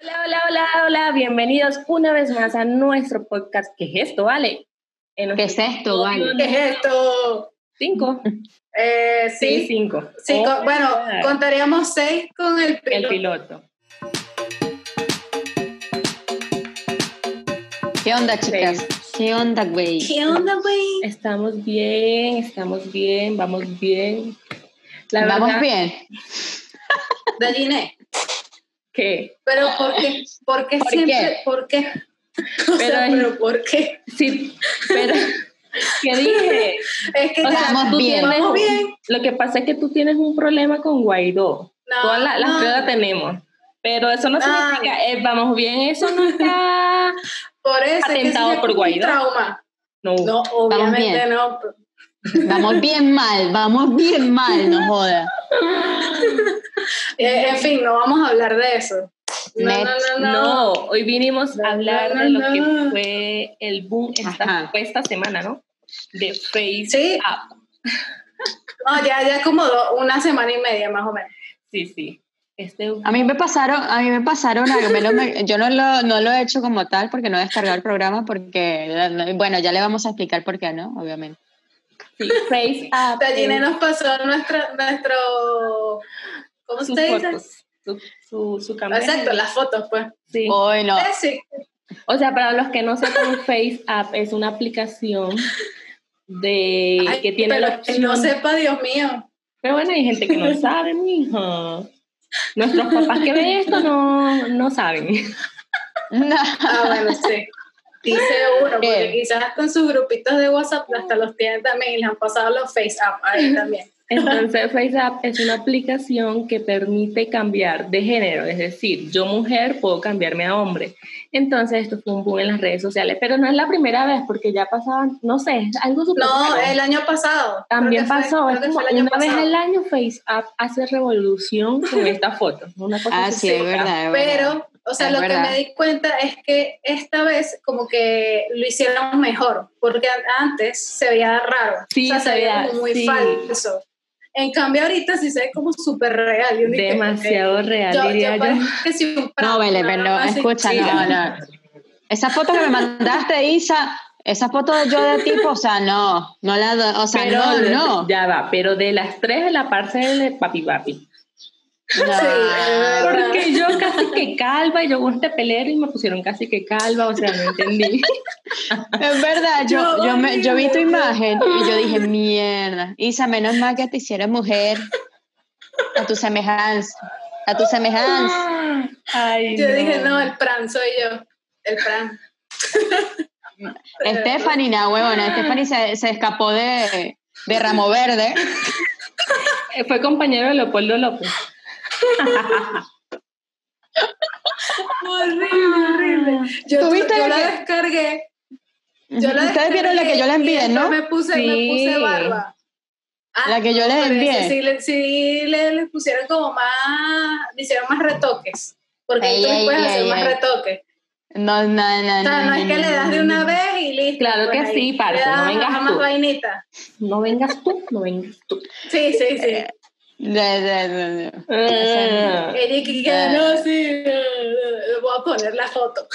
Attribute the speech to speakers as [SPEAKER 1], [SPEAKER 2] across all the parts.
[SPEAKER 1] Hola, hola, bienvenidos una vez más a nuestro podcast. ¿Qué es esto, Vale? En
[SPEAKER 2] ¿Qué es esto, Vale?
[SPEAKER 3] ¿Qué es esto?
[SPEAKER 1] Cinco.
[SPEAKER 3] Eh, sí,
[SPEAKER 1] Sí, cinco.
[SPEAKER 3] sí,
[SPEAKER 1] Oh,
[SPEAKER 3] con- bueno,
[SPEAKER 1] claro.
[SPEAKER 3] contaríamos seis con el
[SPEAKER 1] el
[SPEAKER 3] piloto.
[SPEAKER 1] piloto.
[SPEAKER 2] ¿Qué onda, chicas? ¿Qué onda, güey?
[SPEAKER 3] ¿Qué onda, güey?
[SPEAKER 1] Estamos bien, estamos bien, vamos bien. La verdad
[SPEAKER 2] Vamos bien.
[SPEAKER 3] Galliné.
[SPEAKER 1] que
[SPEAKER 3] Pero ¿por qué? ¿Por qué
[SPEAKER 2] ¿Por
[SPEAKER 3] siempre?
[SPEAKER 2] qué?
[SPEAKER 3] ¿Por qué? O sea,
[SPEAKER 1] Pero-
[SPEAKER 3] pero ¿por qué?
[SPEAKER 1] sí, pero ¿qué dije?
[SPEAKER 3] Es que
[SPEAKER 1] O sea,
[SPEAKER 3] ya,
[SPEAKER 2] Vamos
[SPEAKER 1] tú
[SPEAKER 2] bien.
[SPEAKER 1] tienes-
[SPEAKER 3] vamos bien.
[SPEAKER 1] Lo que pasa es que tú tienes un problema con Guaidó.
[SPEAKER 3] No,
[SPEAKER 1] Todas la- las
[SPEAKER 3] no.
[SPEAKER 1] pruebas tenemos. Pero eso no
[SPEAKER 3] No.
[SPEAKER 1] significa, eh, vamos bien, eso no está.
[SPEAKER 3] Por eso. es que
[SPEAKER 1] Atentado
[SPEAKER 3] eso ya
[SPEAKER 1] por
[SPEAKER 3] es un
[SPEAKER 1] Guaidó.
[SPEAKER 3] trauma.
[SPEAKER 1] No,
[SPEAKER 3] No, obviamente
[SPEAKER 2] bien.
[SPEAKER 3] no.
[SPEAKER 2] Vamos bien mal, vamos bien mal, no joda.
[SPEAKER 3] Eh, en fin, no vamos a hablar de eso. No, no,
[SPEAKER 2] Next.
[SPEAKER 3] no, no.
[SPEAKER 1] No, hoy vinimos
[SPEAKER 3] No,
[SPEAKER 1] a hablar
[SPEAKER 3] no,
[SPEAKER 1] de lo
[SPEAKER 3] no,
[SPEAKER 1] que
[SPEAKER 3] no.
[SPEAKER 1] fue el boom esta,
[SPEAKER 2] Ajá.
[SPEAKER 1] fue esta semana, ¿no? De Face
[SPEAKER 3] Sí.
[SPEAKER 1] App.
[SPEAKER 3] No, ya, ya como do- una semana y media más o menos.
[SPEAKER 1] Sí, sí. Este,
[SPEAKER 3] Ah.
[SPEAKER 2] A mí me pasaron, a mí me pasaron algo, me lo- me- yo no lo, no lo he hecho como tal porque no he descargado el programa porque, bueno, ya le vamos a explicar por qué, ¿no? Obviamente.
[SPEAKER 1] sí, Face App.
[SPEAKER 3] Galliné
[SPEAKER 1] eh,
[SPEAKER 3] nos pasó nuestra, nuestro. ¿Cómo
[SPEAKER 1] sus
[SPEAKER 3] se dice?
[SPEAKER 1] fotos, su, su, su campaña.
[SPEAKER 3] Exacto, las fotos, pues.
[SPEAKER 1] Sí.
[SPEAKER 2] Hoy no.
[SPEAKER 3] Eh, sí.
[SPEAKER 1] O sea, para los que no sepan, Face App es una aplicación de
[SPEAKER 3] Ay,
[SPEAKER 1] que tiene
[SPEAKER 3] pero
[SPEAKER 1] la
[SPEAKER 3] que
[SPEAKER 1] opción-
[SPEAKER 3] no sepa, Dios mío.
[SPEAKER 1] Pero bueno, hay gente que no sabe, mija. Nuestros papás que ven esto no, no saben.
[SPEAKER 2] No.
[SPEAKER 3] Ah, bueno, sí. Dice uno, porque
[SPEAKER 2] Bien.
[SPEAKER 3] quizás con sus grupitos de WhatsApp hasta los tienen también y les han pasado los face up ahí también.
[SPEAKER 1] Entonces, FaceApp es una aplicación que permite cambiar de género, es decir, yo mujer puedo cambiarme a hombre. Entonces, esto fue un boom en las redes sociales, pero no es la primera vez porque ya pasaban, no sé, es algo súper
[SPEAKER 3] No,
[SPEAKER 1] raro.
[SPEAKER 3] el año pasado.
[SPEAKER 1] También
[SPEAKER 3] Creo que
[SPEAKER 1] pasó,
[SPEAKER 3] fue-
[SPEAKER 1] es
[SPEAKER 3] creo que
[SPEAKER 1] como
[SPEAKER 3] fue el año
[SPEAKER 1] una vez
[SPEAKER 3] pasado.
[SPEAKER 1] al año FaceApp hace revolución con esta foto. Una cosa
[SPEAKER 2] Ah,
[SPEAKER 1] así.
[SPEAKER 2] sí, es verdad. es verdad.
[SPEAKER 3] Pero, o sea,
[SPEAKER 2] Es
[SPEAKER 3] lo
[SPEAKER 2] verdad.
[SPEAKER 3] que me di cuenta es que esta vez como que lo hicieron mejor, porque antes se veía raro,
[SPEAKER 1] Sí,
[SPEAKER 3] o sea, se
[SPEAKER 1] se
[SPEAKER 3] veía
[SPEAKER 1] veía,
[SPEAKER 3] como muy
[SPEAKER 1] sí.
[SPEAKER 3] falso. En cambio ahorita sí se ve como súper real. y uno dice, "Eh,
[SPEAKER 1] Demasiado
[SPEAKER 3] "Ok".
[SPEAKER 1] real,
[SPEAKER 3] Yo, yo
[SPEAKER 1] diría yo.
[SPEAKER 3] parezco que si un
[SPEAKER 2] No, Vele,
[SPEAKER 3] nada
[SPEAKER 2] pero
[SPEAKER 3] más,
[SPEAKER 2] escucha,
[SPEAKER 3] sí.
[SPEAKER 2] no, no. Esa foto que me mandaste, Isa, esa foto de yo de tipo, o sea, no, no la, do- o sea,
[SPEAKER 1] Pero
[SPEAKER 2] no,
[SPEAKER 1] de-
[SPEAKER 2] no.
[SPEAKER 1] ya va, pero de las tres de la parte de papi papi.
[SPEAKER 2] No.
[SPEAKER 3] Sí, es verdad.
[SPEAKER 1] Porque yo casi que calva, y yo con este pelero y me pusieron casi que calva, o sea, no entendí.
[SPEAKER 2] Es verdad, yo,
[SPEAKER 3] No,
[SPEAKER 2] yo, me, yo vi tu
[SPEAKER 3] horrible.
[SPEAKER 2] imagen y yo dije, mierda, Isa, menos mal que te hicieras mujer a tu semejanza, a tu semejanza.
[SPEAKER 1] Ay,
[SPEAKER 3] Yo dije, no, el Pran soy yo. El Pran. Ah, eh,
[SPEAKER 2] Stephanie, na huevona, Stephanie se, se escapó de, de Ramo Verde.
[SPEAKER 1] Eh, Fue compañero de Leopoldo López.
[SPEAKER 3] Horrible, horrible. Yo,
[SPEAKER 2] ¿Tú
[SPEAKER 3] tu-
[SPEAKER 2] viste
[SPEAKER 3] yo
[SPEAKER 2] lo
[SPEAKER 3] la
[SPEAKER 2] que-
[SPEAKER 3] descargué. Yo la
[SPEAKER 2] Ustedes vieron la
[SPEAKER 3] descargué
[SPEAKER 2] que yo les
[SPEAKER 3] y
[SPEAKER 2] envié,
[SPEAKER 3] después
[SPEAKER 2] ¿no?
[SPEAKER 3] Me puse,
[SPEAKER 1] Sí.
[SPEAKER 3] me puse barba. Ah,
[SPEAKER 2] La que yo les
[SPEAKER 3] pero ese
[SPEAKER 2] envié.
[SPEAKER 3] Sí, le, sí le, le pusieron como más, le hicieron más retoques. Porque ahí
[SPEAKER 2] Ey,
[SPEAKER 3] tú les
[SPEAKER 2] ey,
[SPEAKER 3] puedes hacer
[SPEAKER 2] ey,
[SPEAKER 3] más
[SPEAKER 2] ey.
[SPEAKER 3] retoques.
[SPEAKER 2] No, no, no,
[SPEAKER 3] O sea, no es que le das de una vez y listo. pues,
[SPEAKER 1] Claro que
[SPEAKER 3] ahí
[SPEAKER 1] sí, parce,
[SPEAKER 3] le das
[SPEAKER 1] no vengas
[SPEAKER 3] más, más
[SPEAKER 1] tú.
[SPEAKER 3] vainita.
[SPEAKER 1] No vengas tú, no vengas tú.
[SPEAKER 3] Sí, sí, sí.
[SPEAKER 2] De- de- de- de.
[SPEAKER 1] Ah,
[SPEAKER 3] Ella y que- que
[SPEAKER 2] Ah.
[SPEAKER 3] no, sí, eh, voy a poner la foto.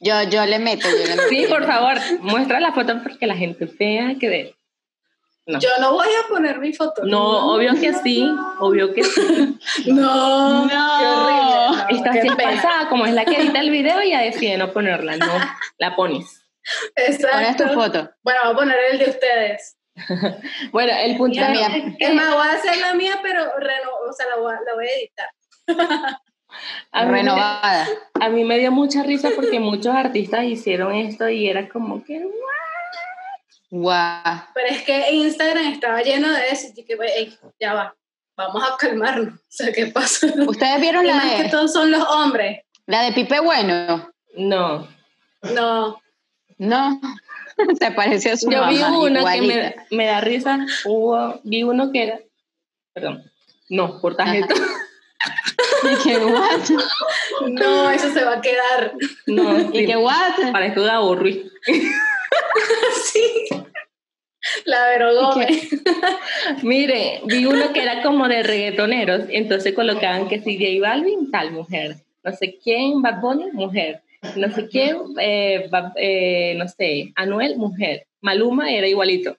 [SPEAKER 2] Yo, yo le meto, yo le meto.
[SPEAKER 1] Sí, por favor, muestra la foto porque la gente vea que de... No.
[SPEAKER 3] Yo no voy a poner mi foto.
[SPEAKER 1] No, obvio que sí, obvio que sí.
[SPEAKER 3] No,
[SPEAKER 2] No.
[SPEAKER 3] qué horrible. No,
[SPEAKER 1] Está
[SPEAKER 3] qué
[SPEAKER 1] así
[SPEAKER 3] pena.
[SPEAKER 1] pasada, como es la que edita el video y ya decide no ponerla, no, la pones.
[SPEAKER 2] Pones tu
[SPEAKER 3] Exacto.
[SPEAKER 2] foto.
[SPEAKER 3] Bueno, voy a poner el de ustedes.
[SPEAKER 1] Bueno, el punto
[SPEAKER 2] La
[SPEAKER 1] es
[SPEAKER 2] mía.
[SPEAKER 1] que-
[SPEAKER 3] Es más, voy a hacer la mía, pero reno, o sea, la voy, a, la voy a editar.
[SPEAKER 1] a mí me-
[SPEAKER 2] Renovada.
[SPEAKER 1] A mí me dio mucha risa porque muchos artistas hicieron esto y era como que... "What?".
[SPEAKER 2] Guau.
[SPEAKER 3] Pero es que Instagram estaba lleno de eso. Y que, "Ey, ya va, vamos a calmarnos. O sea, ¿qué pasa?
[SPEAKER 2] ¿Ustedes vieron
[SPEAKER 3] Y
[SPEAKER 2] la
[SPEAKER 3] más que
[SPEAKER 2] de,
[SPEAKER 3] todos son los hombres.
[SPEAKER 2] la de Pipe Bueno?
[SPEAKER 1] No.
[SPEAKER 3] No,
[SPEAKER 2] No, se pareció a su
[SPEAKER 1] Yo vi
[SPEAKER 2] mamá,
[SPEAKER 1] uno que
[SPEAKER 2] igualita.
[SPEAKER 1] me, me da risa. Hubo, vi uno que era... Perdón. No, por tarjeta.
[SPEAKER 2] Y que what?
[SPEAKER 3] no, eso se va a quedar.
[SPEAKER 1] No,
[SPEAKER 2] Y
[SPEAKER 1] sí,
[SPEAKER 2] que what?
[SPEAKER 1] parezco Gabo Ruiz.
[SPEAKER 3] sí. La Vero
[SPEAKER 2] Y
[SPEAKER 3] Gómez.
[SPEAKER 1] Mire, vi uno que era como de reggaetoneros. Entonces colocaban que si J Balvin, tal mujer. no sé quién, Bad Bunny, mujer, no sé quién, eh, Bad- eh, no sé, Anuel, mujer, Maluma era igualito.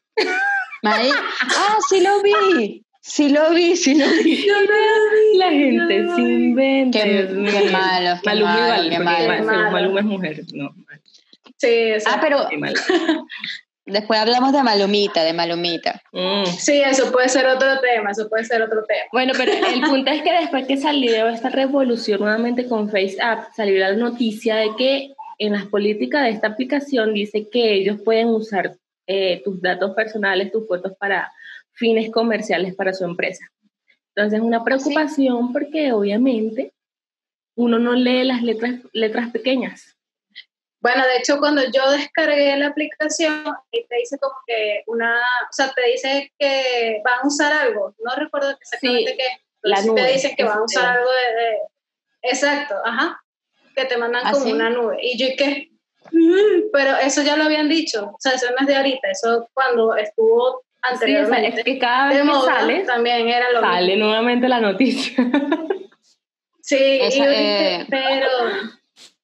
[SPEAKER 2] Mari- ah, sí lo vi, sí lo vi, sí lo vi.
[SPEAKER 1] La gente se inventa.
[SPEAKER 2] Qué-
[SPEAKER 1] Dios mío.
[SPEAKER 2] qué malo, qué
[SPEAKER 1] Maluma
[SPEAKER 2] malo,
[SPEAKER 1] igual,
[SPEAKER 2] qué
[SPEAKER 1] porque
[SPEAKER 2] malo.
[SPEAKER 1] además,
[SPEAKER 3] Malo.
[SPEAKER 1] Maluma es mujer, no,
[SPEAKER 3] Sí, eso.
[SPEAKER 2] Ah, pero
[SPEAKER 1] qué mal.
[SPEAKER 2] después hablamos de Malumita, de Malumita.
[SPEAKER 1] Mm.
[SPEAKER 3] sí, eso puede ser otro tema, eso puede ser otro tema.
[SPEAKER 1] Bueno, pero el punto es que después que salió esta revolución nuevamente con Face App, salió la noticia de que en las políticas de esta aplicación dice que ellos pueden usar eh, tus datos personales, tus fotos para fines comerciales para su empresa. Entonces, una preocupación porque obviamente uno no lee las letras, letras pequeñas.
[SPEAKER 3] Bueno, de hecho, cuando yo descargué la aplicación, ahí te dice como que una, o sea, te dice que van a usar algo, no recuerdo exactamente
[SPEAKER 1] Sí,
[SPEAKER 3] qué,
[SPEAKER 1] la
[SPEAKER 3] pero sí
[SPEAKER 1] nube, este.
[SPEAKER 3] te dicen que van a usar
[SPEAKER 1] etcétera.
[SPEAKER 3] algo de, de- exacto, ajá, que te mandan
[SPEAKER 2] ¿Ah,
[SPEAKER 3] como
[SPEAKER 2] sí?
[SPEAKER 3] una nube. Y yo y qué, Mm, pero eso ya lo habían dicho, o sea, eso no es de ahorita, eso cuando estuvo
[SPEAKER 1] Sí, o sea,
[SPEAKER 3] anteriormente.
[SPEAKER 1] es que cada
[SPEAKER 3] de
[SPEAKER 1] vez que
[SPEAKER 3] moda,
[SPEAKER 1] sales,
[SPEAKER 3] también era lo mismo.
[SPEAKER 1] sale nuevamente la noticia.
[SPEAKER 3] Sí,
[SPEAKER 2] Esa,
[SPEAKER 3] y yo
[SPEAKER 2] eh,
[SPEAKER 3] dije, pero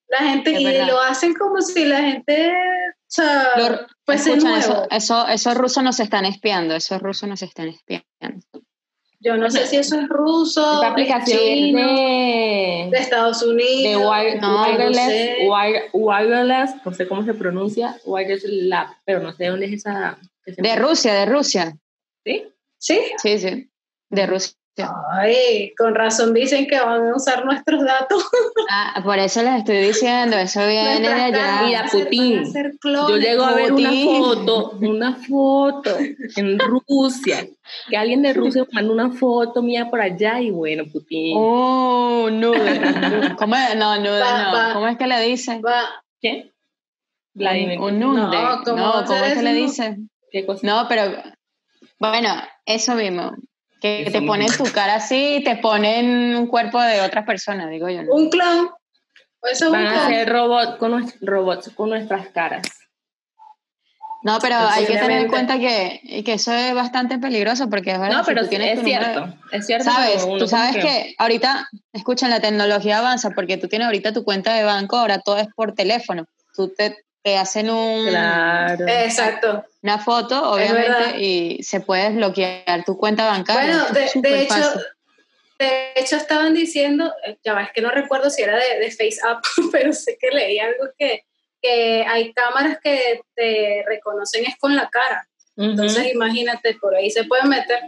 [SPEAKER 3] la gente,
[SPEAKER 2] es
[SPEAKER 3] y
[SPEAKER 2] verdad.
[SPEAKER 3] lo hacen como si la gente, o sea,
[SPEAKER 2] Lo-
[SPEAKER 3] fuese
[SPEAKER 2] escuchan,
[SPEAKER 3] nuevo.
[SPEAKER 2] eso, eso, esos rusos nos están espiando, esos rusos nos están espiando.
[SPEAKER 3] Yo no sé si eso es ruso,
[SPEAKER 1] Esta
[SPEAKER 3] es
[SPEAKER 1] aplicación
[SPEAKER 3] chino,
[SPEAKER 1] es
[SPEAKER 3] de Estados
[SPEAKER 1] de
[SPEAKER 3] Unidos.
[SPEAKER 1] wire-
[SPEAKER 2] no, no
[SPEAKER 1] wireless,
[SPEAKER 3] sé.
[SPEAKER 1] wire- wireless, no sé cómo se pronuncia, wireless lab, pero no sé dónde es esa. ese-
[SPEAKER 2] De Rusia, de Rusia.
[SPEAKER 1] ¿Sí?
[SPEAKER 3] ¿Sí?
[SPEAKER 2] Sí, sí, de Rusia.
[SPEAKER 1] Ah.
[SPEAKER 3] Ay, con razón dicen que van a usar nuestros datos.
[SPEAKER 2] Ah, por eso les estoy diciendo, eso viene de
[SPEAKER 3] Nuestras
[SPEAKER 2] allá.
[SPEAKER 3] caras,
[SPEAKER 1] Mira,
[SPEAKER 3] van a ser-
[SPEAKER 1] Putin.
[SPEAKER 3] van a ser
[SPEAKER 1] Yo
[SPEAKER 3] clones.
[SPEAKER 1] llego a ver una
[SPEAKER 2] Putin.
[SPEAKER 1] foto, una foto en Rusia, que alguien de Rusia me manda una foto mía por allá y bueno, Putin.
[SPEAKER 2] Oh, nude. ¿Cómo es? No, nude,
[SPEAKER 3] Va,
[SPEAKER 2] no.
[SPEAKER 3] va.
[SPEAKER 2] ¿Cómo es que le dicen?
[SPEAKER 3] Va,
[SPEAKER 1] ¿Qué? Vladimir,
[SPEAKER 2] Un, un nude. No,
[SPEAKER 3] No, ¿cómo va
[SPEAKER 2] ¿cómo,
[SPEAKER 3] a ser
[SPEAKER 2] es que le
[SPEAKER 3] eso?
[SPEAKER 2] dicen?
[SPEAKER 1] ¿qué cosa?
[SPEAKER 2] No, pero bueno, eso mismo. Que
[SPEAKER 1] Eso
[SPEAKER 2] te
[SPEAKER 1] mismo.
[SPEAKER 2] ponen tu cara así y te ponen un cuerpo de otras personas, digo yo. ¿no?
[SPEAKER 3] un clon. O Eso es
[SPEAKER 1] Van
[SPEAKER 3] un
[SPEAKER 1] a
[SPEAKER 3] clon.
[SPEAKER 1] ser robot con nues- robots con nuestras caras.
[SPEAKER 2] No, pero hay que tener en
[SPEAKER 3] Posiblemente.
[SPEAKER 2] cuenta que, y que eso es bastante peligroso porque es verdad.
[SPEAKER 1] No,
[SPEAKER 2] si
[SPEAKER 1] pero
[SPEAKER 2] tú tienes
[SPEAKER 1] es
[SPEAKER 2] tu número de-
[SPEAKER 1] cierto, es cierto.
[SPEAKER 2] Sabes,
[SPEAKER 1] pero uno
[SPEAKER 2] tú sabes
[SPEAKER 1] como
[SPEAKER 2] que ahorita, escuchan, la tecnología avanza porque tú tienes ahorita tu cuenta de banco, ahora todo es por teléfono. Tú te, te hacen un,
[SPEAKER 1] Claro.
[SPEAKER 2] Eh,
[SPEAKER 3] Exacto.
[SPEAKER 2] una foto,
[SPEAKER 3] Es
[SPEAKER 2] obviamente,
[SPEAKER 3] verdad.
[SPEAKER 2] y se puede desbloquear tu cuenta bancaria.
[SPEAKER 3] Bueno, de,
[SPEAKER 2] Es súper
[SPEAKER 3] de hecho,
[SPEAKER 2] fácil.
[SPEAKER 3] de hecho estaban diciendo, eh, ya va, es que no recuerdo si era de, de Face App, pero sé que leí algo que, que hay cámaras que te reconocen es con la cara.
[SPEAKER 1] Ujú.
[SPEAKER 3] Entonces imagínate, por ahí se pueden meter.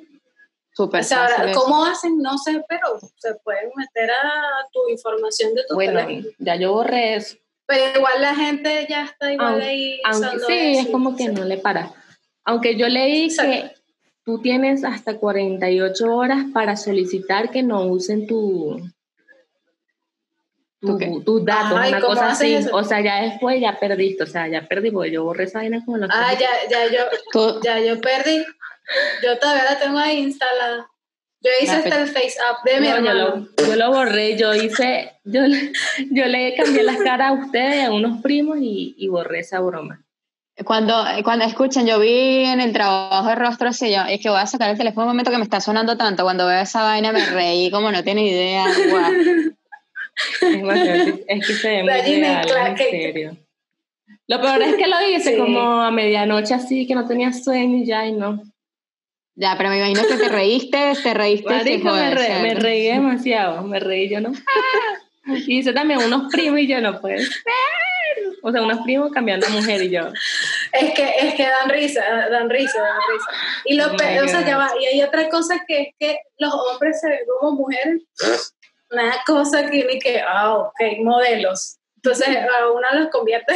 [SPEAKER 2] Súper
[SPEAKER 3] O
[SPEAKER 1] Pues
[SPEAKER 3] sea, ahora,
[SPEAKER 2] fácil eso.
[SPEAKER 3] ¿cómo hacen? No sé, pero se pueden meter a tu información de tu
[SPEAKER 1] bueno,
[SPEAKER 3] teléfono.
[SPEAKER 1] ya yo borré eso.
[SPEAKER 3] Pero igual la gente ya está igual
[SPEAKER 1] Aunque-
[SPEAKER 3] ahí
[SPEAKER 1] Aunque,
[SPEAKER 3] usando
[SPEAKER 1] sí,
[SPEAKER 3] eso,
[SPEAKER 1] es como que
[SPEAKER 3] entonces,
[SPEAKER 1] no le para. Aunque yo leí que
[SPEAKER 3] Exacto.
[SPEAKER 1] tú tienes hasta 48 horas para solicitar que no usen tu,
[SPEAKER 2] ¿Tu
[SPEAKER 1] tu,
[SPEAKER 2] qué?
[SPEAKER 1] tus datos,
[SPEAKER 3] Ay,
[SPEAKER 1] una
[SPEAKER 3] ¿cómo
[SPEAKER 1] cosa así.
[SPEAKER 3] haces eso?
[SPEAKER 1] O sea, ya después ya perdiste, o sea, ya perdí, porque yo borré esa vaina como los
[SPEAKER 3] Ah,
[SPEAKER 1] tres.
[SPEAKER 3] ya, ya yo,
[SPEAKER 2] Tú-
[SPEAKER 3] Ya yo perdí. Yo todavía la tengo ahí instalada. Yo hice
[SPEAKER 2] Ah,
[SPEAKER 3] hasta
[SPEAKER 2] pero-
[SPEAKER 3] el face up de mi
[SPEAKER 1] No, yo,
[SPEAKER 3] hermano.
[SPEAKER 1] lo, yo lo borré, yo hice, yo, le- yo le cambié las caras a ustedes, y a unos primos y, y borré esa broma.
[SPEAKER 2] Cuando, cuando escuchen, yo vi en el trabajo de rostro así, yo, es que voy a sacar el teléfono un momento que me está sonando tanto. Cuando veo esa vaina me reí como no tiene idea. guau.
[SPEAKER 1] Es, demasiado triste. Es que se ve muy
[SPEAKER 3] Rayín en
[SPEAKER 1] real, en
[SPEAKER 3] claque.
[SPEAKER 1] serio. Lo peor es que lo hice
[SPEAKER 3] Sí.
[SPEAKER 1] como a medianoche así, que no tenía sueño y ya, y no.
[SPEAKER 2] Ya, pero me imagino que te reíste, te reíste. que
[SPEAKER 1] Marico, me,
[SPEAKER 2] joder,
[SPEAKER 1] re-
[SPEAKER 2] ¿sabes?
[SPEAKER 1] me reí demasiado, me reí yo no. Y hice también unos primos y yo no puede ser. O sea, unos primos cambiando a mujer y yo.
[SPEAKER 3] Es que, es que dan risa, dan risa, dan risa. Y lo
[SPEAKER 1] Oh
[SPEAKER 3] pe-
[SPEAKER 1] my
[SPEAKER 3] o sea, ya
[SPEAKER 1] God.
[SPEAKER 3] va. Y hay otra cosa que es que los hombres se ven como mujeres. Una cosa que ni que, ah, ok, modelos. Entonces a uno los convierte,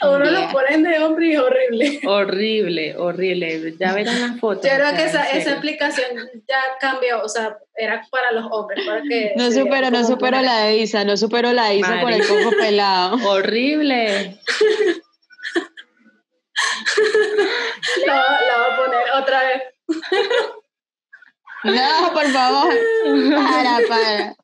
[SPEAKER 3] a uno
[SPEAKER 2] Yeah.
[SPEAKER 3] los ponen de hombre y es horrible.
[SPEAKER 1] Horrible, horrible. Ya verán las fotos.
[SPEAKER 3] Yo
[SPEAKER 1] o
[SPEAKER 3] creo
[SPEAKER 1] sea,
[SPEAKER 3] que
[SPEAKER 1] en
[SPEAKER 3] esa,
[SPEAKER 1] serio.
[SPEAKER 3] esa aplicación ya cambió, o sea, era para los hombres, para que...
[SPEAKER 2] No
[SPEAKER 3] se
[SPEAKER 2] supero,
[SPEAKER 3] vieran
[SPEAKER 2] no
[SPEAKER 3] como
[SPEAKER 2] supero
[SPEAKER 3] mujeres.
[SPEAKER 2] la de Isa, no supero la de Isa por el
[SPEAKER 1] Marico.
[SPEAKER 2] coco pelado.
[SPEAKER 1] Horrible.
[SPEAKER 3] La, la voy a poner otra vez.
[SPEAKER 2] No, por favor. Para, para.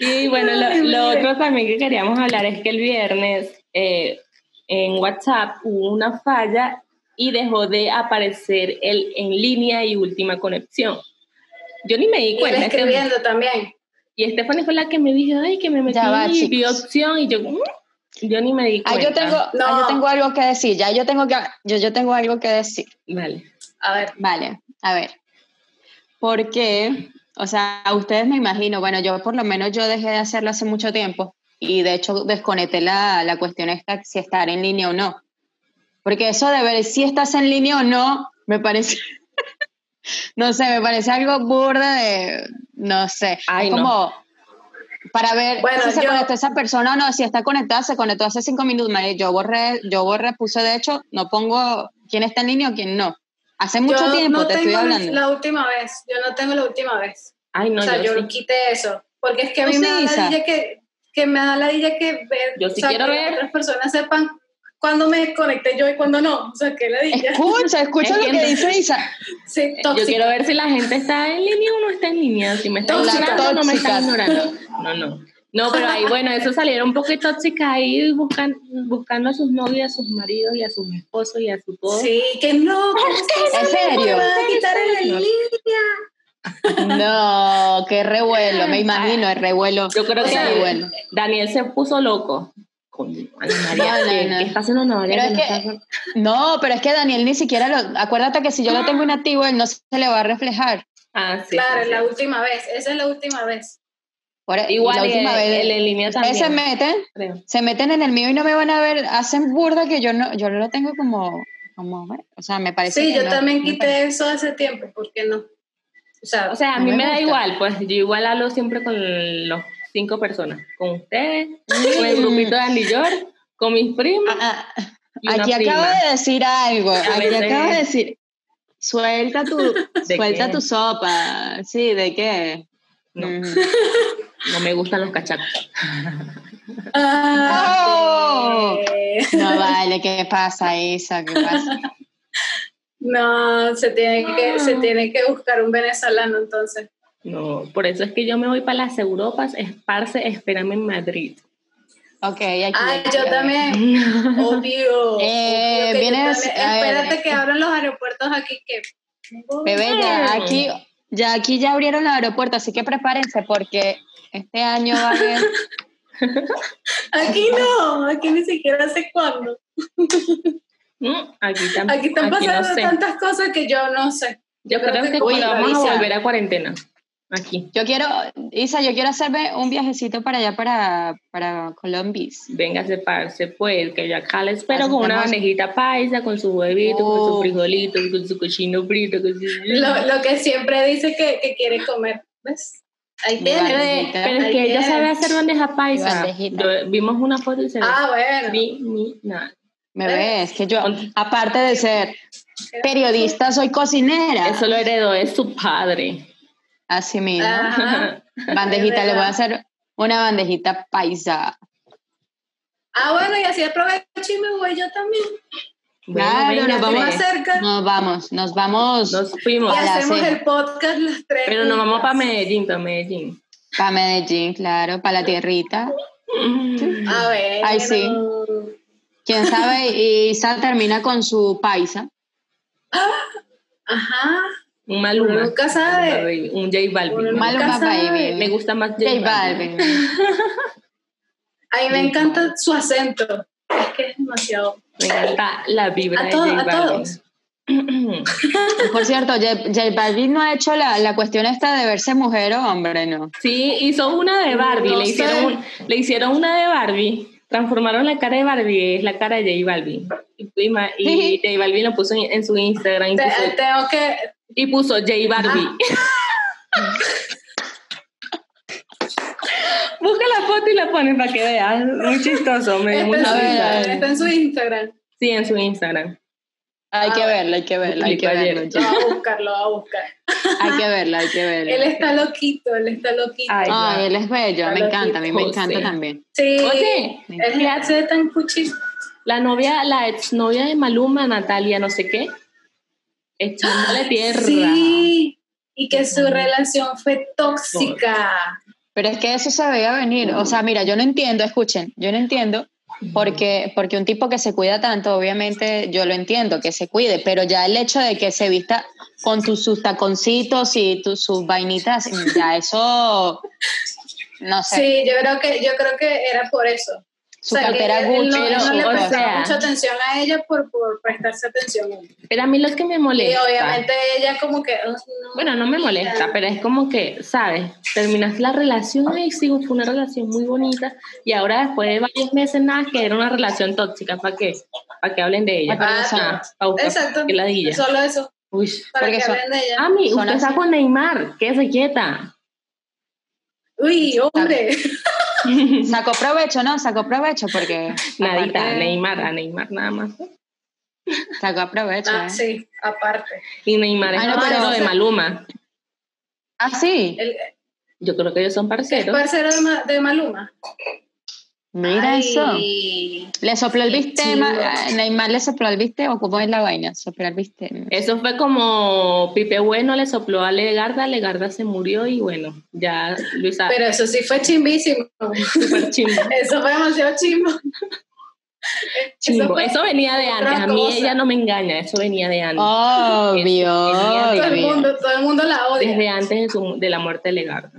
[SPEAKER 1] Y bueno, lo,
[SPEAKER 3] Ay,
[SPEAKER 1] lo
[SPEAKER 3] mire.
[SPEAKER 1] otro también que queríamos hablar es que el viernes eh, en WhatsApp hubo una falla y dejó de aparecer el en línea y última conexión. Yo ni me di
[SPEAKER 3] Y
[SPEAKER 1] cuenta. ese-
[SPEAKER 3] escribiendo también.
[SPEAKER 1] Y Stephanie fue la que me dijo, ay, que me metí
[SPEAKER 2] Ya va,
[SPEAKER 1] y vi
[SPEAKER 2] chicos.
[SPEAKER 1] opción y yo, "Mm", yo ni me di
[SPEAKER 2] Ah,
[SPEAKER 1] cuenta.
[SPEAKER 2] yo tengo, ah,
[SPEAKER 3] No.
[SPEAKER 2] yo tengo algo que decir, ya yo tengo que, yo, yo tengo algo que decir.
[SPEAKER 1] Vale.
[SPEAKER 3] A ver,
[SPEAKER 2] Vale, a ver. Porque, o sea, a ustedes me imagino, bueno, yo por lo menos yo dejé de hacerlo hace mucho tiempo y de hecho desconecté la, la cuestión esta, si estar en línea o no. Porque eso de ver si estás en línea o no, me parece, no sé, me parece algo burda de, no sé,
[SPEAKER 1] Ay,
[SPEAKER 2] es
[SPEAKER 1] no.
[SPEAKER 2] como para ver
[SPEAKER 3] Bueno,
[SPEAKER 2] si se
[SPEAKER 3] yo-
[SPEAKER 2] conectó esa persona o no, si está conectada, se conectó hace cinco minutos, María, yo borré, yo borré, puse de hecho, no pongo quién está en línea o quién no. Hace mucho
[SPEAKER 3] yo
[SPEAKER 2] tiempo
[SPEAKER 3] no
[SPEAKER 2] te
[SPEAKER 3] tengo
[SPEAKER 2] estoy
[SPEAKER 3] la-
[SPEAKER 2] hablando.
[SPEAKER 3] la última vez, yo no tengo la última vez.
[SPEAKER 1] Ay, no,
[SPEAKER 3] o sea, yo,
[SPEAKER 1] yo, sí.
[SPEAKER 3] quité eso. Porque es que a
[SPEAKER 2] Tú
[SPEAKER 3] mí me da
[SPEAKER 2] sí,
[SPEAKER 3] la
[SPEAKER 2] Isa.
[SPEAKER 3] idea que, que me da la idea que ver.
[SPEAKER 1] Yo sí
[SPEAKER 3] o sea,
[SPEAKER 1] quiero
[SPEAKER 3] que
[SPEAKER 1] ver.
[SPEAKER 3] otras personas sepan cuándo me desconecté yo y cuándo no. O sea, que la idea.
[SPEAKER 2] Escucha, escucha lo que
[SPEAKER 1] Entiendo.
[SPEAKER 2] dice Isa.
[SPEAKER 3] Sí,
[SPEAKER 1] Yo
[SPEAKER 3] tóxico.
[SPEAKER 1] quiero ver si la gente está en línea o no está en línea, si me está
[SPEAKER 3] Tóxica,
[SPEAKER 1] ignorando o no me está
[SPEAKER 2] tóxica.
[SPEAKER 1] ignorando. No, no. No, pero ahí, bueno, eso salieron un poco tóxicas ahí buscan, buscando a sus novios, a sus maridos y a sus esposos y a su todo.
[SPEAKER 3] Sí, que no. que no sé,
[SPEAKER 2] ¿En serio?
[SPEAKER 3] Me van a quitar en la
[SPEAKER 1] No.
[SPEAKER 3] línea.
[SPEAKER 2] No, qué revuelo, me imagino, el revuelo.
[SPEAKER 1] Yo creo
[SPEAKER 3] O
[SPEAKER 1] que
[SPEAKER 3] sea,
[SPEAKER 1] Daniel-
[SPEAKER 2] bueno.
[SPEAKER 1] Daniel se puso loco. Con Ana María,
[SPEAKER 2] No, no,
[SPEAKER 1] ¿qué-
[SPEAKER 2] no.
[SPEAKER 1] ¿qué está haciendo Ana María?
[SPEAKER 2] Pero es
[SPEAKER 1] ¿Qué
[SPEAKER 2] que-
[SPEAKER 1] está-
[SPEAKER 2] No, pero es que Daniel ni siquiera lo. Acuérdate que si yo lo tengo inactivo, él no se le va a reflejar.
[SPEAKER 1] Ah, sí.
[SPEAKER 3] Claro, es
[SPEAKER 1] sí,
[SPEAKER 3] la
[SPEAKER 1] sí.
[SPEAKER 3] última vez. Esa es la última vez.
[SPEAKER 2] Por- e, y
[SPEAKER 1] Igual
[SPEAKER 2] la
[SPEAKER 1] y
[SPEAKER 2] última
[SPEAKER 1] el,
[SPEAKER 2] vez-
[SPEAKER 1] el en línea también.
[SPEAKER 2] Ustedes se meten,
[SPEAKER 1] creo.
[SPEAKER 2] se meten en el mío y no me van a ver, hacen burda que yo no, yo lo tengo como, como, bueno, o sea, me parece.
[SPEAKER 3] Sí,
[SPEAKER 2] que
[SPEAKER 3] yo
[SPEAKER 2] no,
[SPEAKER 3] también
[SPEAKER 2] me
[SPEAKER 3] quité
[SPEAKER 2] parece.
[SPEAKER 3] eso hace tiempo. ¿Por qué no? O sea,
[SPEAKER 1] O sea, a
[SPEAKER 2] No
[SPEAKER 1] mí
[SPEAKER 2] me
[SPEAKER 1] me, da
[SPEAKER 2] gusta.
[SPEAKER 1] igual, pues yo igual hablo siempre con los cinco personas, con ustedes, con el grupito de Andy York, con mis primas.
[SPEAKER 2] Ah, ah,
[SPEAKER 1] y una
[SPEAKER 2] aquí acabo
[SPEAKER 1] prima.
[SPEAKER 2] de decir algo, aquí
[SPEAKER 1] veces-
[SPEAKER 2] acabo de decir, suelta tu, suelta
[SPEAKER 1] qué?
[SPEAKER 2] tu sopa, sí, ¿de qué?
[SPEAKER 1] No.
[SPEAKER 2] Ujú.
[SPEAKER 1] No me gustan los cachacos.
[SPEAKER 3] ah,
[SPEAKER 2] ¡No!
[SPEAKER 3] eh,
[SPEAKER 2] No vale, ¿qué pasa, Isa? ¿Qué pasa?
[SPEAKER 3] no, se tiene, que, se tiene que buscar un venezolano entonces.
[SPEAKER 1] No, por eso es que yo me voy para las Europas, esparce, espérame en Madrid. Mm,
[SPEAKER 2] Ok, aquí.
[SPEAKER 1] Ah,
[SPEAKER 3] Ay,
[SPEAKER 2] aquí,
[SPEAKER 3] yo
[SPEAKER 2] aquí.
[SPEAKER 3] también.
[SPEAKER 2] Eh,
[SPEAKER 3] Obvio. obvio que yo
[SPEAKER 2] vienes-
[SPEAKER 3] también-
[SPEAKER 2] a ver.
[SPEAKER 3] Espérate que abran los aeropuertos aquí que.
[SPEAKER 2] Bebé, ya aquí, ya aquí ya abrieron el aeropuerto, así que prepárense porque este año va a haber
[SPEAKER 3] Aquí no, aquí ni siquiera sé cuándo.
[SPEAKER 1] Mm, Aquí también.
[SPEAKER 3] Aquí están pasando
[SPEAKER 1] no sé.
[SPEAKER 3] tantas cosas que yo no sé.
[SPEAKER 1] Yo creo que
[SPEAKER 2] Uy,
[SPEAKER 1] cuando vamos
[SPEAKER 2] Marisa.
[SPEAKER 1] a volver a cuarentena. Aquí.
[SPEAKER 2] Yo quiero, Isa, yo quiero hacerme un viajecito para allá, para, para Colombia.
[SPEAKER 1] Véngase, parce, pues, que yo acá la espero
[SPEAKER 2] Así
[SPEAKER 1] con una
[SPEAKER 2] estamos.
[SPEAKER 1] bandejita paisa, con su huevito, con
[SPEAKER 2] Oh.
[SPEAKER 1] su frijolito, con su cochino frito, con su...
[SPEAKER 3] Lo, lo que siempre dice que, que quiere comer. ¿Ves? Ahí
[SPEAKER 2] Mi
[SPEAKER 3] tiene.
[SPEAKER 2] bandejita.
[SPEAKER 1] Pero es
[SPEAKER 3] ahí
[SPEAKER 1] que ella
[SPEAKER 3] tiene.
[SPEAKER 1] sabe hacer bandeja paisa.
[SPEAKER 2] Bandejita.
[SPEAKER 1] Yo- vimos una foto y se ve
[SPEAKER 3] Ah, bueno.
[SPEAKER 1] criminal.
[SPEAKER 2] Me ves, que yo,
[SPEAKER 1] Con-
[SPEAKER 2] aparte de ser periodista, soy cocinera.
[SPEAKER 1] Eso lo heredó de su padre.
[SPEAKER 2] Así mismo.
[SPEAKER 1] Ah,
[SPEAKER 3] Ajá.
[SPEAKER 2] Bandejita,
[SPEAKER 3] es
[SPEAKER 2] le voy
[SPEAKER 3] verdad.
[SPEAKER 2] a hacer una bandejita paisa.
[SPEAKER 3] Ah, bueno, y así aprovecho y me voy yo también.
[SPEAKER 1] Bueno,
[SPEAKER 2] Claro, nos
[SPEAKER 1] véngase.
[SPEAKER 2] vamos a
[SPEAKER 3] Más cerca.
[SPEAKER 2] Nos vamos, nos vamos
[SPEAKER 1] Nos
[SPEAKER 3] Y
[SPEAKER 1] fuimos.
[SPEAKER 2] a la
[SPEAKER 3] hacemos
[SPEAKER 2] cena.
[SPEAKER 3] el podcast las tres.
[SPEAKER 1] Pero nos vamos
[SPEAKER 3] juntas.
[SPEAKER 1] para Medellín, para Medellín.
[SPEAKER 2] para Medellín, claro, para la tierrita.
[SPEAKER 3] A ver.
[SPEAKER 2] Ay, sí. Quién sabe, y Isa termina con su paisa.
[SPEAKER 3] Ajá.
[SPEAKER 1] Un Maluma.
[SPEAKER 3] Uno nunca sabe.
[SPEAKER 1] Un J Balvin.
[SPEAKER 3] Uno nunca
[SPEAKER 2] Maluma
[SPEAKER 3] sabe.
[SPEAKER 2] Baby.
[SPEAKER 1] Me gusta más J
[SPEAKER 2] J
[SPEAKER 1] Balvin.
[SPEAKER 2] Balvin.
[SPEAKER 3] A mí me encanta su acento. Es que es demasiado.
[SPEAKER 1] Me encanta la vibra
[SPEAKER 3] A
[SPEAKER 1] de
[SPEAKER 3] todo-
[SPEAKER 1] J
[SPEAKER 3] a
[SPEAKER 1] Balvin.
[SPEAKER 3] todos.
[SPEAKER 2] Por cierto, J, J Balvin no ha hecho la, la cuestión esta de verse mujer o hombre, ¿no?
[SPEAKER 1] Sí, hizo una de Barbie.
[SPEAKER 3] No
[SPEAKER 1] le,
[SPEAKER 3] sé.
[SPEAKER 1] hicieron, un- le hicieron una de Barbie. Transformaron la cara de Barbie, es la cara de J Balvin. Y, y ma- y J Balvin lo puso en, en su Instagram y
[SPEAKER 3] Te- eh,
[SPEAKER 1] puso,
[SPEAKER 3] tengo que.
[SPEAKER 1] y puso J Barbie.
[SPEAKER 3] Ah.
[SPEAKER 1] Busca la foto y la pones para que veas. Muy chistoso, me dio
[SPEAKER 3] Está en,
[SPEAKER 1] mucha
[SPEAKER 3] este su
[SPEAKER 2] ver,
[SPEAKER 1] risa.
[SPEAKER 2] a ver.
[SPEAKER 3] Instagram, está en su Instagram.
[SPEAKER 1] Sí, en su Instagram.
[SPEAKER 2] Hay
[SPEAKER 3] Ah,
[SPEAKER 2] que verlo, hay que verlo, hay que
[SPEAKER 1] publicó
[SPEAKER 2] verlo.
[SPEAKER 1] ayer.
[SPEAKER 2] J-
[SPEAKER 3] Lo voy a buscar, lo voy a buscar.
[SPEAKER 2] Hay que verlo, hay que verlo.
[SPEAKER 3] Él está loquito, él está loquito.
[SPEAKER 1] Ay,
[SPEAKER 2] Ay,
[SPEAKER 1] ya.
[SPEAKER 2] él es bello, me encanta, a mí me
[SPEAKER 1] José.
[SPEAKER 2] encanta también.
[SPEAKER 3] sí.
[SPEAKER 1] Oye,
[SPEAKER 3] Él le hace tan cuchi.
[SPEAKER 1] La novia, la exnovia de Maluma, Natalia, no sé qué, echándole tierra.
[SPEAKER 3] Sí. Y que su relación fue tóxica.
[SPEAKER 2] Pero es que eso se veía venir. O sea, mira, yo no entiendo, escuchen, yo no entiendo porque, porque un tipo que se cuida tanto, obviamente yo lo entiendo, que se cuide, pero ya el hecho de que se vista con tus, sus taconcitos y tus, sus vainitas, ya eso No sé.
[SPEAKER 3] Sí, yo creo que, yo creo que era por eso.
[SPEAKER 2] su
[SPEAKER 3] O sea, que
[SPEAKER 2] cartera
[SPEAKER 3] él
[SPEAKER 2] Gucci.
[SPEAKER 3] no, él no
[SPEAKER 2] su
[SPEAKER 3] le
[SPEAKER 1] o
[SPEAKER 2] cosa.
[SPEAKER 3] prestaba
[SPEAKER 1] sea,
[SPEAKER 3] mucha atención a ella por, por prestarse atención a él.
[SPEAKER 1] Pero a mí lo que me
[SPEAKER 3] Y
[SPEAKER 1] molesta.
[SPEAKER 3] obviamente ella como que... "Ugh, no".
[SPEAKER 1] Bueno, no me molesta, pero es como que, ¿sabes? Terminaste la relación y sí, fue una relación muy bonita y ahora después de varios meses nada, que era una relación tóxica, ¿para qué? ¿Para que hablen de ella?
[SPEAKER 2] Ah, pero eso-
[SPEAKER 1] para buscar
[SPEAKER 3] Exacto.
[SPEAKER 1] qué ladilla.
[SPEAKER 3] Solo eso.
[SPEAKER 1] Uy.
[SPEAKER 3] Para
[SPEAKER 2] Porque
[SPEAKER 3] que
[SPEAKER 2] son-
[SPEAKER 3] hablen de ella.
[SPEAKER 1] Ami,
[SPEAKER 2] Son
[SPEAKER 1] usted
[SPEAKER 2] así.
[SPEAKER 1] está con Neymar, quédese quieta.
[SPEAKER 3] Uy, hombre.
[SPEAKER 2] Sacó provecho, ¿no? Sacó provecho porque.
[SPEAKER 1] Nadita,
[SPEAKER 2] aparte,
[SPEAKER 1] Neymar, a Neymar nada más.
[SPEAKER 2] Sacó provecho.
[SPEAKER 3] Ah,
[SPEAKER 2] ¿eh?
[SPEAKER 3] sí, aparte.
[SPEAKER 1] Y Neymar es
[SPEAKER 2] Ah, no,
[SPEAKER 1] parcero
[SPEAKER 2] pero-
[SPEAKER 1] de Maluma.
[SPEAKER 2] Ah, sí.
[SPEAKER 3] El,
[SPEAKER 1] Yo creo que ellos son
[SPEAKER 3] el
[SPEAKER 1] parceros.
[SPEAKER 3] parcero de, Ma- de Maluma.
[SPEAKER 2] Mira eso.
[SPEAKER 3] Ay.
[SPEAKER 2] Le sopló el
[SPEAKER 3] Qué
[SPEAKER 2] bistec,
[SPEAKER 3] chido.
[SPEAKER 2] ma- eh, Neymar le sopló el bistec, o cómo es la vaina, soplar bistec.
[SPEAKER 1] Eso fue como Pipe Bueno le sopló a Legarda, Legarda se murió y bueno, ya Luisa,
[SPEAKER 3] Pero eso sí fue chimbísimo.
[SPEAKER 1] súper chimbo.
[SPEAKER 3] Eso fue demasiado chimbo.
[SPEAKER 1] Chimbo.
[SPEAKER 3] fue-
[SPEAKER 1] Eso venía de
[SPEAKER 3] otra
[SPEAKER 1] antes. A mí
[SPEAKER 3] cosa.
[SPEAKER 1] ella no me engaña, eso venía de antes.
[SPEAKER 2] Obvio,
[SPEAKER 3] todo el
[SPEAKER 2] obvio.
[SPEAKER 3] mundo, todo el mundo la odia.
[SPEAKER 1] Desde antes de, su- de la muerte de Legarda.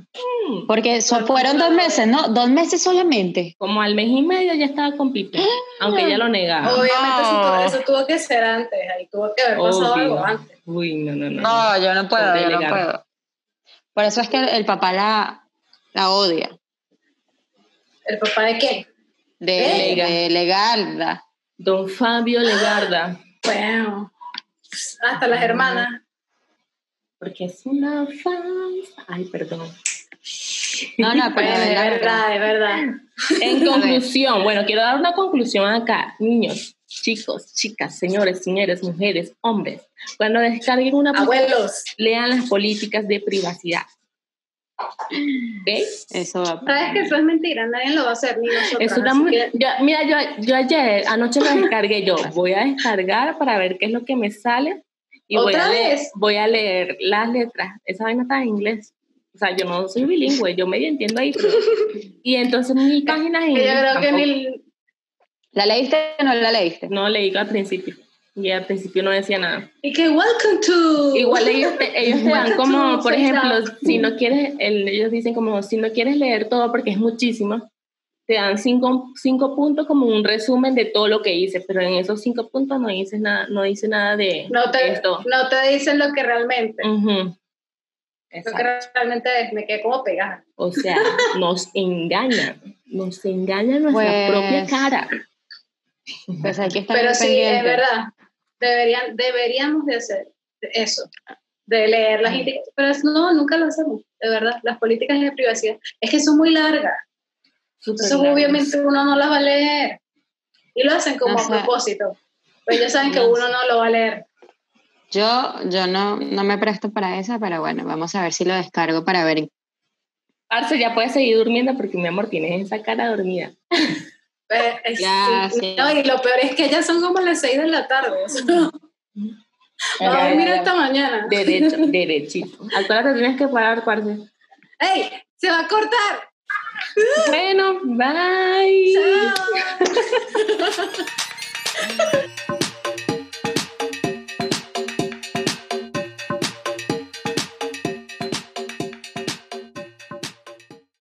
[SPEAKER 2] Porque so- fueron dos meses, ¿no? Dos meses solamente.
[SPEAKER 1] Como al mes y medio ya estaba con Pipe,
[SPEAKER 3] Ah.
[SPEAKER 1] aunque ella lo negaba.
[SPEAKER 3] Obviamente eso
[SPEAKER 2] No.
[SPEAKER 3] tuvo- eso, tuvo que ser antes, ahí tuvo que haber pasado
[SPEAKER 1] Ah. Obvio.
[SPEAKER 3] algo antes.
[SPEAKER 1] Uy, no, no, no.
[SPEAKER 2] yo no
[SPEAKER 1] puedo, yo no puedo.
[SPEAKER 2] Por eso es que el papá la, la odia.
[SPEAKER 3] ¿El papá de quién?
[SPEAKER 2] De,
[SPEAKER 1] ¿Eh? Lega.
[SPEAKER 2] de Legarda.
[SPEAKER 1] Don Fabio Legarda.
[SPEAKER 3] Bueno, hasta
[SPEAKER 1] Ah.
[SPEAKER 3] las hermanas.
[SPEAKER 1] Porque es una fan. Ay, perdón.
[SPEAKER 2] No, no, pero
[SPEAKER 3] Bueno,
[SPEAKER 2] de
[SPEAKER 3] de
[SPEAKER 2] verdad.
[SPEAKER 3] verdad, de verdad.
[SPEAKER 1] En conclusión, bueno, quiero dar una conclusión acá. Niños, chicos, chicas, señores, señores, mujeres, hombres. Cuando descarguen
[SPEAKER 3] Ah,
[SPEAKER 1] una
[SPEAKER 3] Abuelos.
[SPEAKER 1] lean las políticas de privacidad. ¿Ok?
[SPEAKER 2] Eso va.
[SPEAKER 3] Sabes que eso es mentira, nadie lo va a hacer, ni nosotros.
[SPEAKER 1] Eso está muy- yo- mira, yo, yo ayer, anoche lo descargué yo. Voy a descargar para ver qué es lo que me sale. Y voy
[SPEAKER 3] ¿Otra
[SPEAKER 1] a, leer,
[SPEAKER 3] vez?
[SPEAKER 1] voy a leer las letras. Esa vaina está en inglés. O sea, yo no soy bilingüe, yo medio entiendo ahí. pero- y entonces mi página es
[SPEAKER 3] Yo
[SPEAKER 1] inglés.
[SPEAKER 3] creo que
[SPEAKER 1] tampoco.
[SPEAKER 3] ni...
[SPEAKER 2] ¿La leíste o no la leíste?
[SPEAKER 1] No leí al principio. Y al principio no decía nada.
[SPEAKER 3] Y que welcome to...
[SPEAKER 1] Igual ellos te, ellos te dan como, por ejemplo,
[SPEAKER 3] Exacto.
[SPEAKER 1] si no quieres, el- ellos dicen como, si no quieres leer todo porque es muchísimo, te dan cinco, cinco puntos como un resumen de todo lo que hice, pero en esos cinco puntos no dices nada, no dice nada de
[SPEAKER 3] No te,
[SPEAKER 1] esto.
[SPEAKER 3] no te dicen lo que realmente,
[SPEAKER 1] Ujú.
[SPEAKER 3] lo
[SPEAKER 1] Exacto.
[SPEAKER 3] que realmente es, me quedé como pegada.
[SPEAKER 1] O sea, nos engañan, nos engaña nuestra
[SPEAKER 2] Pues-
[SPEAKER 1] propia cara.
[SPEAKER 2] Pues hay que estar
[SPEAKER 3] Pero
[SPEAKER 2] muy
[SPEAKER 3] sí, es
[SPEAKER 2] pendiente.
[SPEAKER 3] verdad. Deberían, deberíamos de hacer eso, de leer las indicaciones. Pero es- no, nunca lo hacemos, de verdad. Las políticas de privacidad. Es que son muy largas.
[SPEAKER 1] Súper
[SPEAKER 3] Entonces,
[SPEAKER 1] largas.
[SPEAKER 3] obviamente, uno no las va a leer. Y lo hacen como
[SPEAKER 2] O
[SPEAKER 3] a
[SPEAKER 2] sea,
[SPEAKER 3] propósito. Pues ellos saben que
[SPEAKER 1] no
[SPEAKER 3] uno no lo va a leer.
[SPEAKER 2] Yo, yo no, no me presto para esa, pero bueno, vamos a ver si lo descargo para ver.
[SPEAKER 1] Parce, ya puedes seguir durmiendo porque mi amor, tienes esa cara dormida.
[SPEAKER 3] Eh, eh,
[SPEAKER 2] Ya,
[SPEAKER 3] sí.
[SPEAKER 2] sí.
[SPEAKER 3] No, y lo peor es que ya son como las 6 de la tarde. o sea,
[SPEAKER 1] Ya,
[SPEAKER 3] no,
[SPEAKER 1] ya,
[SPEAKER 3] mira
[SPEAKER 1] ya.
[SPEAKER 3] esta mañana.
[SPEAKER 1] Derecho, derechito. Acuérdate, tienes que parar, parce.
[SPEAKER 3] ¡Ey! ¡Se va a cortar!
[SPEAKER 1] Bueno, bye.
[SPEAKER 3] ¡Ah! ¡Chao!